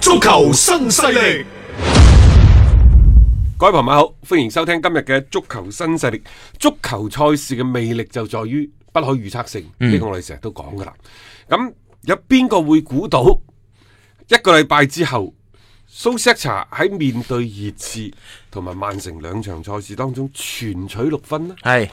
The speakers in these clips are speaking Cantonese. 足球新勢力，各位朋友好，歡迎收聽今日嘅足球新勢力。足球賽事嘅魅力就在於不可預測性，呢、嗯個我哋成日都講噶啦。咁有邊個會估到一個禮拜之後，蘇斯克查喺面對熱刺同埋曼城兩場賽事當中全取六分呢？系，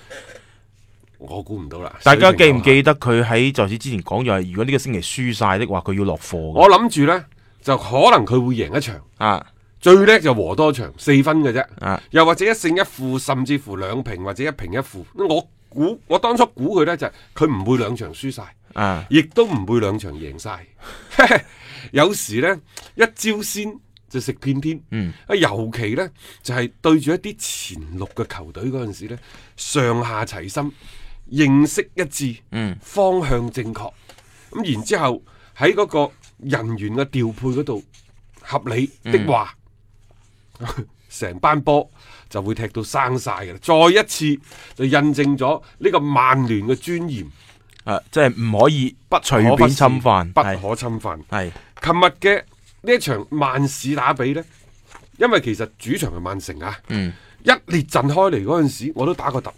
我估唔到啦。大家記唔水平有限記得佢喺在此之前講咗係，如果呢個星期輸晒的話，佢要落課嘅。我諗住呢，就可能佢會贏一場。啊，最叻就和多場四分嘅啫，啊又或者一勝一負，甚至乎兩平或者一平一負。我估我當初估佢呢，就係佢唔會兩場輸晒，啊亦都唔會兩場贏晒。 有時呢，一招先就食遍天。嗯，尤其呢，就係、對住一啲前六嘅球隊嗰陣時咧，上下齊心，認識一致，嗯，方向正確。咁然之後喺嗰個人員嘅調配嗰度合理的話。成班波就會踢到生晒嘅啦。再一次就印證咗呢個曼聯嘅尊嚴，啊，即係唔可以不隨可不便視侵犯，不係可侵犯。係琴日嘅呢一場曼市打比呢，因為其實主場係曼城啊，嗯一列陣開嚟嗰陣時，我都打個突，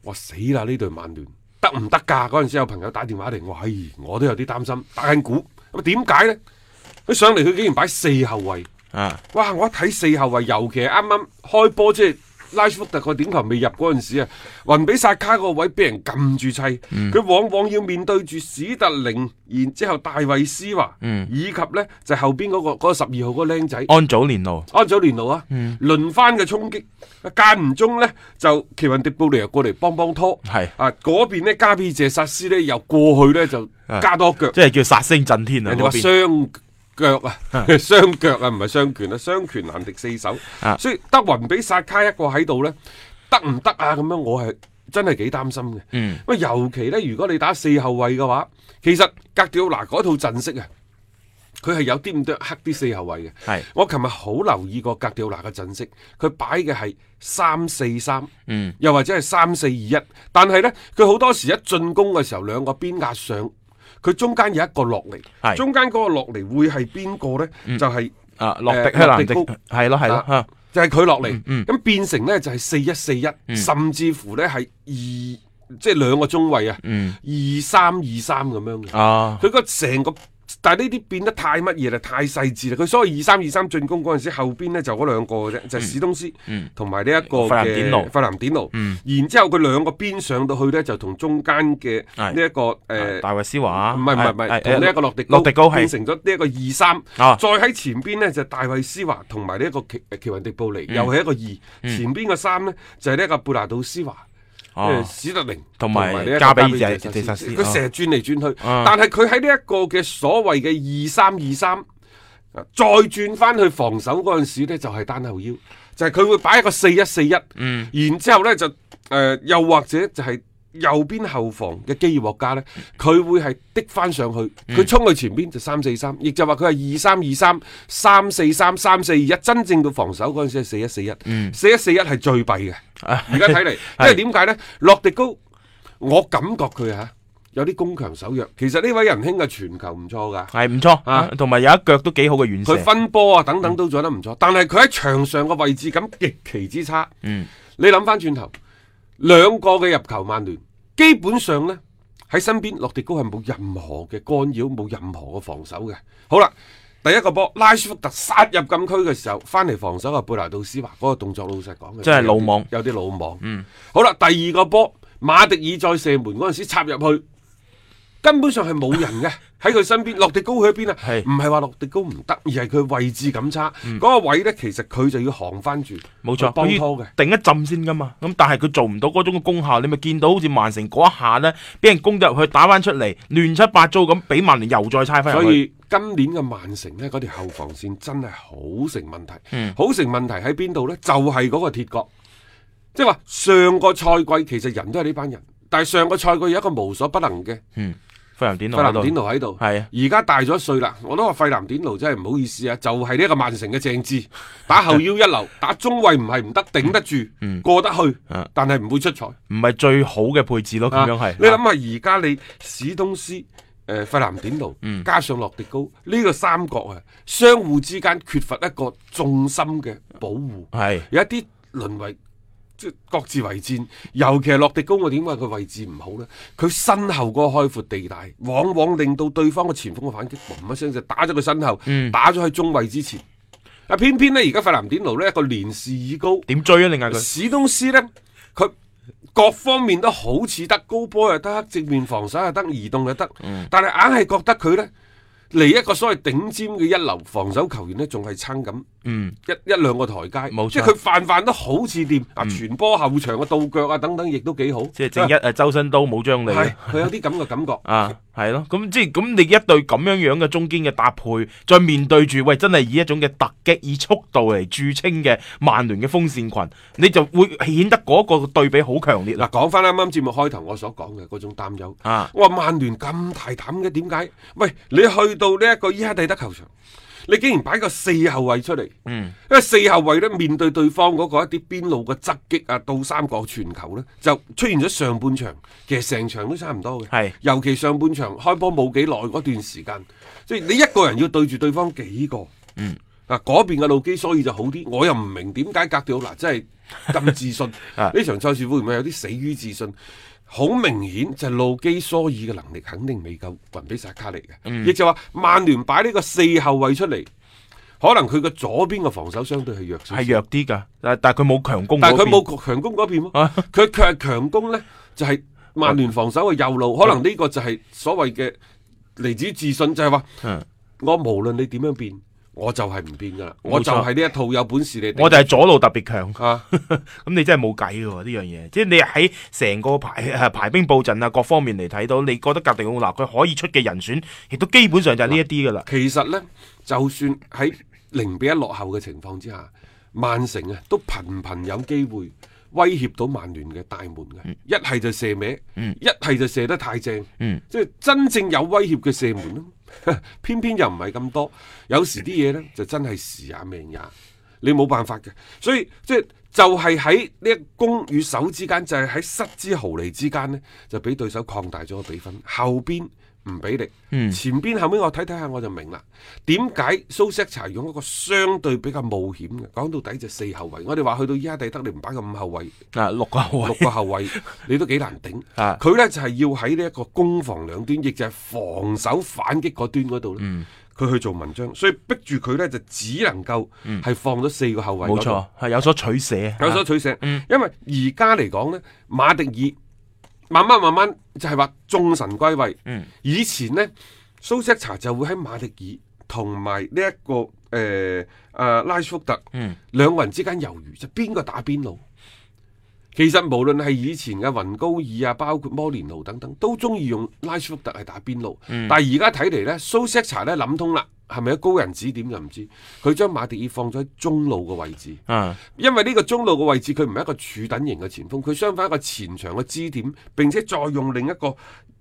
我死啦！呢隊曼聯得唔得㗎？嗰陣時有朋友打電話嚟，我話唉，我都有啲擔心，打緊鼓。咁點解呢？佢上嚟佢竟然擺四後衞。啊，哇！我一睇四後衞，尤其係啱啱開波，即係拉舒福特個點球未入嗰陣時啊，雲比薩卡個位俾人撳住砌，佢、往往要面對住史特靈，然之後大衛斯華，以及呢就後邊嗰、個十二、號嗰個僆仔。安祖連奴安祖連奴啊，嗯輪番嘅衝擊，啊間唔中呢，就奇雲迪布尼又過嚟幫幫拖，係啊嗰邊呢，加比謝薩斯呢，又過去呢，就加多腳，啊即係叫殺聲震天啊！人哋話嗰邊雙腳啊， 雙腳啊，唔係雙拳啊，雙拳難敵四手啊，所以得雲比薩卡一個喺度呢，得唔得啊？咁樣我係真係幾擔心嘅。嗯，喂，尤其呢，如果你打四後衞嘅話，其實格調嗱嗰套陣式啊，佢係有啲咁多黑啲四後衞嘅。係我琴日好留意過格調拿嘅陣式，佢擺嘅係三四三，嗯，又或者係三四二一，但係呢，佢好多時一進攻嘅時候，兩個邊壓上，佢中間有一個落嚟，係中間嗰個落嚟會係邊個呢？就係、啊，落誒迪克蘭迪洛迪高係咯係咯啊嚇就係佢落嚟，咁、嗯變成呢，就係四一四一，甚至乎呢係二，即係兩個中位啊，嗯二三二三咁樣嘅。啊佢個成個，但係呢啲變得太乜嘢啦，太細緻啦。佢所謂二三二三進攻嗰陣時，後邊呢就嗰兩個嘅啫，就嗯係史東斯同埋呢一個費南典奴嗯嘅費南典奴。然之後佢兩個邊上到去呢，就同中間嘅呢係一個誒。大衛啊斯華唔係唔係唔係係，係同呢一個洛迪高洛迪高變係成咗呢一個二三，啊再喺前邊呢，就大衛斯華同埋呢一個奇奇雲迪布嗯尼，又係一個二，前邊個三呢，就係呢一個貝拿杜斯華。哦誒史特靈同埋呢一個加比爾爾謝謝謝薩薩斯斯佢成日轉嚟轉去，啊但係佢喺呢一個嘅所謂嘅二三二三，啊再轉翻去防守嗰陣時咧，就係單後腰，就係佢會擺一個四一四一，嗯然之後咧就誒、呃又或者就係右邊後防嘅基爾獲加咧，佢會係滴翻上去，嗯佢衝去前邊就三四三，亦就話佢係二三二三、三四三、三四二一，真正到防守嗰陣時係四一四一，嗯四一四一係最弊嘅。 而家睇嚟，因為點解呢？洛迪高，我感覺佢嚇有啲攻強守弱。其實呢位仁兄嘅傳球唔錯㗎，係唔錯啊啊，同埋有一腳都幾好嘅遠佢射，分波啊等等都做得唔錯。但係佢喺場上嘅位置感極其之差。嗯，你諗翻轉頭，兩個嘅入球曼聯，基本上呢，喺身邊洛迪高係冇任何嘅干擾，冇任何嘅防守嘅。好啦，第一個波拉舒福特殺入禁區嘅時候，翻嚟防守啊，貝拿杜斯華嗰、個動作老實講嘅，真係魯莽有啲魯莽。嗯，好啦，第二個波馬迪爾再射門嗰陣時插入去，根本上係冇人 嘅喺佢身邊。落地高去咗邊啊？係嗯唔係話落地高唔得，而係佢位置感差。嗰、個位呢，其實佢就要行翻住，冇錯，幫佢要拖嘅。定一浸先噶嘛。咁但係佢做唔到嗰種嘅功效，你咪見到好似曼城嗰一下呢，俾人攻咗入去，打翻出嚟，亂七八糟咁，俾曼聯又再猜翻入所去。以今年嘅曼城呢，嗰條後防線真係好成問題。嗯好成問題喺邊度呢？就係、嗰個鐵角，即係話上個賽季其實人都係呢班人，但係上個賽季有一個無所不能嘅嗯，費南典奴費喺南典奴度，喺度，係啊而家大咗歲啦，我都話費南典奴真係唔好意思啊，就係呢一個曼城嘅鄭 智，打後腰一流，打中衞唔係唔得，頂得住，過得去啊，但係唔會出彩。唔係最好嘅配置咯，咁樣啊係。你諗下而家你史東斯、誒、費南典奴，嗯加上洛迪高呢、個三角啊，相互之間缺乏一個重心嘅保護，係有一啲淪為。即係各自為戰，尤其係洛迪高，我點解佢位置唔好呢？佢身後嗰個開闊地帶，往往令到對方嘅前鋒嘅反擊，嘣一聲就打咗佢身後，打咗喺中衞之前。啊，偏偏呢，而家費南典奴呢，一個年事已高，點追啊？你嗌佢史東斯呢，佢各方面都好似得，高波又得，正面防守又得，移動又得，嗯但係硬係覺得佢呢，離一個所謂頂尖嘅一流防守球員呢，仲係撐緊嗯一一兩個台階，冇錯嗯即係佢泛泛都好似掂啊，傳波後場嘅倒腳啊等等，亦都幾好，即係正一誒周身刀冇張利。啊係佢有啲咁嘅感覺。啊，係咯，咁即係咁，你一對咁樣樣嘅中堅嘅搭配，再面對住喂，真係以一種嘅突擊以速度嚟著稱嘅曼聯嘅鋒線群，你就會顯得嗰個對比好強烈啦。嗱，講翻啱啱節目開頭我所講嘅嗰種擔憂，啊我話曼聯咁大膽嘅，點解？喂，你去到呢一個伊哈蒂德球場，你竟然擺個四後衞出嚟，嗯，因為四後衞咧面對對方嗰個一啲邊路嘅側擊啊，倒三角傳球呢，就出現咗上半場，其實成場都差唔多嘅，係尤其上半場開波冇幾耐嗰段時間，即係你一個人要對住對方幾個，嗯。嗱，嗰邊嘅路基所以就好啲，我又唔明點解格調嗱真係咁自信。啊呢場賽事會唔會有啲死於自信？好明顯就係路基蘇爾嘅能力肯定未夠雲比薩卡嚟嘅，亦、就話曼聯擺呢個四後衞出嚟，可能佢嘅左邊嘅防守相對係弱少少，係弱啲㗎，但但係佢冇強攻嗰邊，但係佢冇強攻嗰邊喎啊，佢卻係強攻呢，就係、曼聯防守嘅右路，啊可能呢個就係所謂嘅嚟自於自信，就係、話嗯我無論你點樣變，我就係唔變噶啦，我冇錯就係呢一套有本事你頂我就係左路特別強。 啊！咁你真係冇計嘅喎呢樣嘢，即係你喺成個排誒排 兵布陣啊各方面嚟睇到，你覺得格迪奧拿佢可以出嘅人選，亦都基本上就係呢一啲㗎啦。其實呢，就算喺零比一落後嘅情況之下，曼城啊都頻頻有機會威脅到曼聯嘅大門嘅。一係就射歪，一係就射得太正，嗯即係真正有威脅嘅射門 咯。偏偏又唔係咁多，有時啲嘢呢，就真係時也命也，你冇辦法嘅。所以即係就係喺呢一攻與守之間，就係喺失之毫厘之間呢，就俾對手擴大咗個比分。後邊唔俾力，前邊後尾我睇睇下我就明啦。點解蘇斯查用一個相對比較冒險嘅，講到底就四後衞。我哋話去到伊哈地德，你唔擺個五後衞。啊，六個後六衞個後衞，你都幾難頂。啊佢呢就係要喺呢一個攻防兩端，亦就係防守反擊嗰端嗰度呢嗯佢、去做文章，所以逼住佢呢就只能夠係放咗四個後衞。嗯冇錯，係有所取捨。啊啊有所取捨。因為而家嚟講呢，馬迪爾慢慢慢慢就係話眾神歸位。以前呢，蘇斯查就會喺馬迪爾同埋呢一個誒誒拉舒福特、兩個人之間猶豫，就邊個打邊路。其實無論係以前嘅雲高爾啊，包括摩連奴等等，都中意用拉舒福特係打邊路。但係而家睇嚟呢，蘇斯查呢諗通啦，係咪有高人指點就唔知。佢將馬迪爾放咗喺中路嘅位置。啊。因為呢個中路嘅位置，佢唔係一個柱等型嘅前鋒，佢相反一個前場嘅支點，並且再用另一個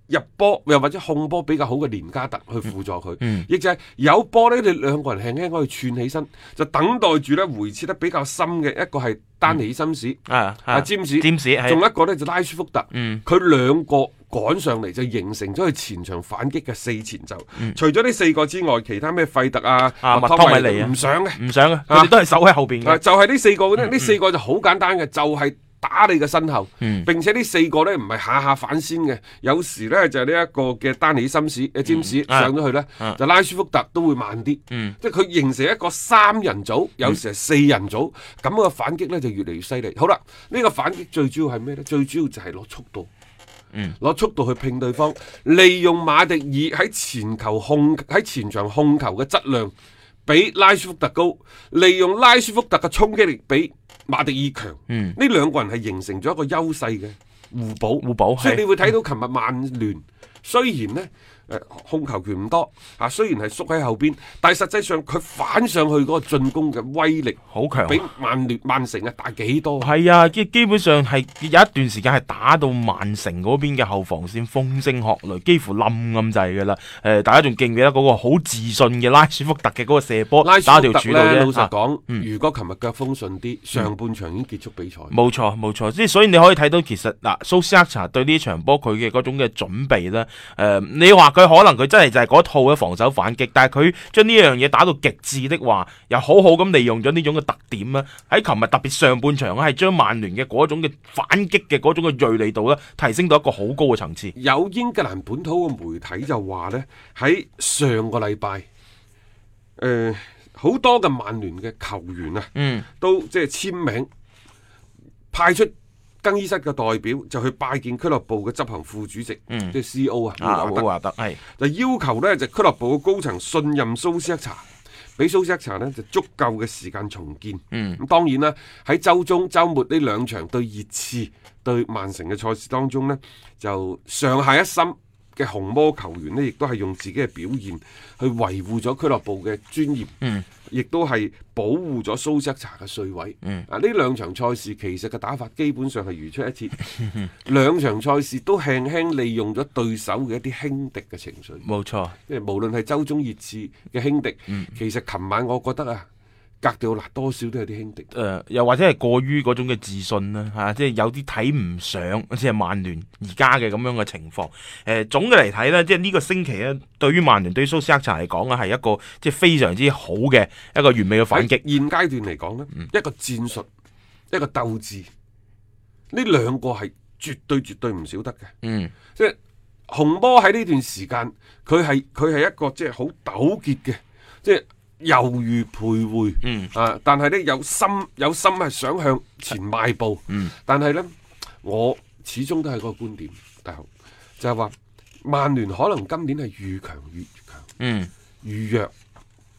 入波又或者控波比較好嘅連加特去輔助佢，亦、嗯就係有波呢，你兩個人輕輕可以串起身，就等待住呢回撤得比較深嘅一個係丹尼森士。啊啊，詹士，詹士係嗯仲有一個呢就拉舒福特，佢兩個趕上嚟就形成咗佢前場反擊嘅四前奏。除咗呢四個之外，其他咩費特啊、嗯啊麥麥湯湯米米尼啊唔上嘅。唔想嘅，啊佢哋都係守喺後邊啊嘅。就係呢四個咧，呢四個就好簡單嘅，就係打你嘅身後。並且呢四個呢，唔係下下反先嘅，有時呢，就係呢一個嘅丹尼森士、誒詹士上咗去呢，就拉舒福特都會慢啲。即係佢形成一個三人組，有時係四人組，咁個反擊呢，就越嚟越犀利。好啦，呢個反擊最主要係咩呢？最主要就係攞速度。攞速度去拼對方，利用馬迪爾喺前球控喺前場控球嘅質量比拉舒福特高，利用拉舒福特嘅衝擊力比馬迪爾強。呢兩個人係形成咗一個優勢嘅互補。嗯互補所以係你會睇到琴日曼聯雖然呢。誒控球權唔多啊，雖然係縮喺後邊，但係實際上佢反上去嗰個進攻嘅威力好強啊比曼聯曼城啊大幾多啊？係啊，基基本上係有一段時間係打到曼城嗰邊嘅後防線風聲鶴唳，幾乎冧咁滯噶啦。诶、大家仲記唔記得嗰個好自信嘅拉舒福特嘅嗰個射波，拉打條舒福特柱度咧，老啫。實啊嗯講，如果琴日腳風順啲，上半場已經結束比賽。冇錯冇錯，即係所以你可以睇到其實嗱，蘇斯克查對呢場波佢嘅嗰種嘅準備咧，誒、你話佢可能佢真係就係嗰套嘅防守反擊，但係佢將呢樣嘢打到極致的話，又好好咁利用咗呢種嘅特點啦。喺琴日特別上半場係將曼聯嘅嗰種嘅反擊嘅嗰種嘅鋭利度咧，提升到一個好高嘅層次。有英格蘭本土嘅媒體就話呢，喺上個禮拜，誒、呃好多嘅曼聯嘅球員啊，嗯，都即係簽名，派出更衣室嘅代表就去拜見俱樂部嘅執行副主席，即係 C.O. 啊，啊，伍華會德話得係就要求呢，就俱樂部嘅高層信任蘇斯克查，俾蘇斯克查呢，就足夠嘅時間重建。嗯，咁當然啦，喺週中、週末呢兩場對熱刺、對曼城嘅賽事當中呢，就上下一心嘅紅魔球員呢，亦都係用自己嘅表現去維護咗俱樂部嘅尊嚴。嗯。亦都係保護咗蘇斯克查嘅帥位。嗯、啊，呢兩場賽事其實嘅打法基本上係如出一 轍，兩場賽事都輕輕利用咗對手嘅一啲輕敵嘅情緒。冇錯，即係無論係周中熱刺嘅輕敵，嗯其實琴晚我覺得啊，格調嗱多少都有啲輕敵。誒、呃又或者係過於嗰種嘅自信啦，嚇、即係有啲睇唔上，即係曼聯而家嘅咁樣嘅情況。誒、總嘅嚟睇咧，即係呢個星期咧，對於曼聯對於蘇斯克查嚟講啊，係一個即係非常之好嘅一個完美嘅反擊。嗯喺現階段嚟講呢一個戰術，一個鬥志，呢兩個係絕對絕對唔少得嘅。嗯，即係紅魔喺呢段時間，佢係佢係一個即係好糾結嘅，即係猶如徘徊。嗯啊，但係呢，有心有心係想向前邁步。嗯，但係呢，我始終都係個觀點，大雄就係話曼聯可能今年係愈強愈強，嗯，愈弱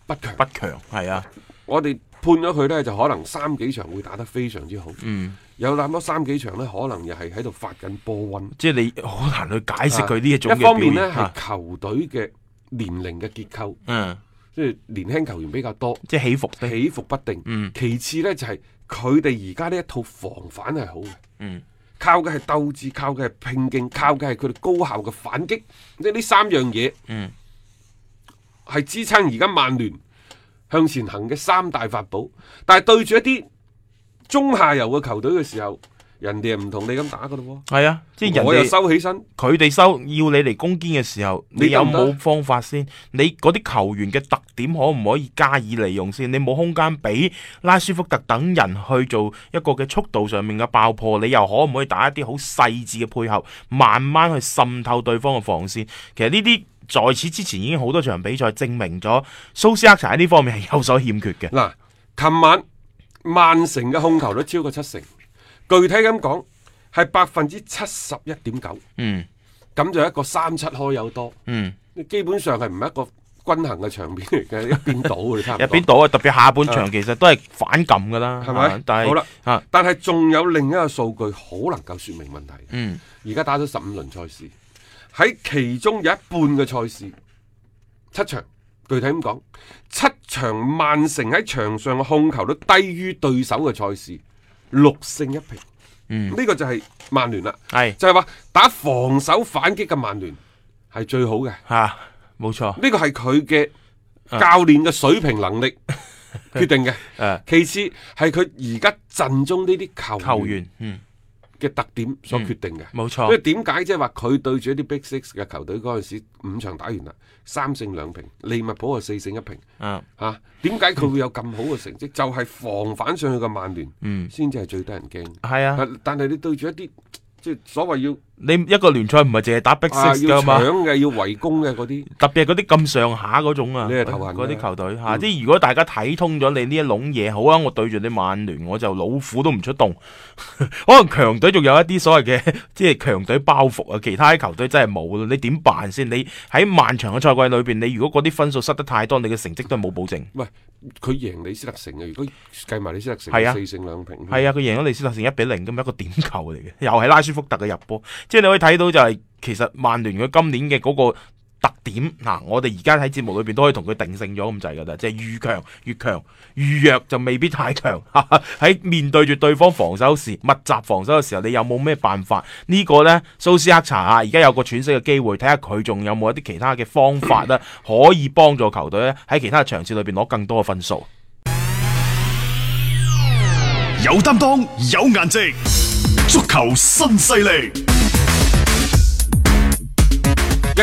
不強。不強係啊，我哋判咗佢呢，就可能三幾場會打得非常之好。嗯，有那麼三幾場呢，可能又係喺度發緊波温。即係你好難去解釋佢呢啊一一種嘅方面表呢，現嚇係球隊嘅年齡嘅結構，嗯，即係年輕球員比較多，即係起伏的，起伏不定。嗯其次呢，就係佢哋而家呢一套防反係好嘅。嗯靠嘅係鬥志，靠嘅係拼勁，靠嘅係佢哋高效嘅反擊，即係呢三樣嘢，嗯，係支撐而家曼聯向前行嘅三大法寶。但係對住一啲中下游嘅球隊嘅時候，人哋係唔同你咁打噶咯係啊，即係喎，人我又哋。收起身，佢哋收要你嚟攻堅嘅時候，你你有得唔得冇方法先？你嗰啲球員嘅特點可唔可以加以利用先？你冇空間俾拉舒福特等人去做一個嘅速度上面嘅爆破，你又可唔可以打一啲好細緻嘅配合，慢慢去滲透對方嘅防線？其實呢啲在此之前已經好多場比賽證明咗蘇斯克查喺呢方面係有所欠缺嘅。嗱，琴晚曼城嘅控球率超過七成，具體咁講係百分之七十一點九，嗯咁就一個三七開有多，嗯，基本上係唔係一個均衡嘅場面嚟嘅，一邊倒嘅差唔入多。邊到啊，特別下半場其實都係反感噶啦，係咪啊但係好啦啊，但係仲有另一個數據好能夠說明問題。嗯，而家打咗十五輪賽事，喺其中有一半嘅賽事七場，具體咁講，七場曼城喺場上嘅控球率低於對手嘅賽事，六勝一平。嗯，呢個就係曼聯啦，係就係話打防守反擊嘅曼聯係最好嘅。嚇，啊冇錯。呢個係佢嘅啊教練嘅水平能 力決定嘅。誒其次係佢而家陣中呢啲球球員員，嗯，嘅特點所決定嘅。冇因為錯，點解即係話佢對住一啲 Big Six 嘅球隊嗰陣時，五場打完啦，三勝兩平，利物浦係四勝一平，啊，嚇點解佢會有咁好嘅成績？就係、防反上去嘅曼聯，嗯先至係最得人驚。係啊，啊但係你對住一啲即係所謂要你一個聯賽唔係淨係打 Big 啊 Six 要噶嘛，搶嘅、要圍攻嘅嗰啲，特別係嗰啲咁上下嗰種啊，你係頭痕㗎嗰啲球隊嚇，嗯即係如果大家睇通咗你呢一籠嘢，好啊，我對住你曼聯，我就老虎都唔出動。 可能強隊仲有一啲所謂嘅 即係強隊包袱啊，其他啲球隊真係冇咯，你點辦先？你喺漫長嘅賽季裏邊，你如果嗰啲分數失得太多，你嘅成績都係冇保證。喂，佢贏李斯特城嘅，如果計埋李斯特城係啊四勝兩平，係啊，佢贏咗利斯特城一比零咁一個點球嚟嘅， 又係拉舒福特嘅入波。即係你可以睇到就係、其實曼聯佢今年嘅嗰個特點嗱、我哋而家喺節目裏邊都可以同佢定性咗咁滯㗎啦，即係越強越強，越弱就未必太強。 喺面對住對方防守時，密集防守嘅時候，你有冇咩辦法？呢、個呢，蘇斯克查啊，而家有個喘息嘅機會，睇下佢仲有冇一啲其他嘅方法啦，可以幫助球隊咧喺其他嘅場次裏邊攞更多嘅分數。有擔當，有顏值，足球新勢力。一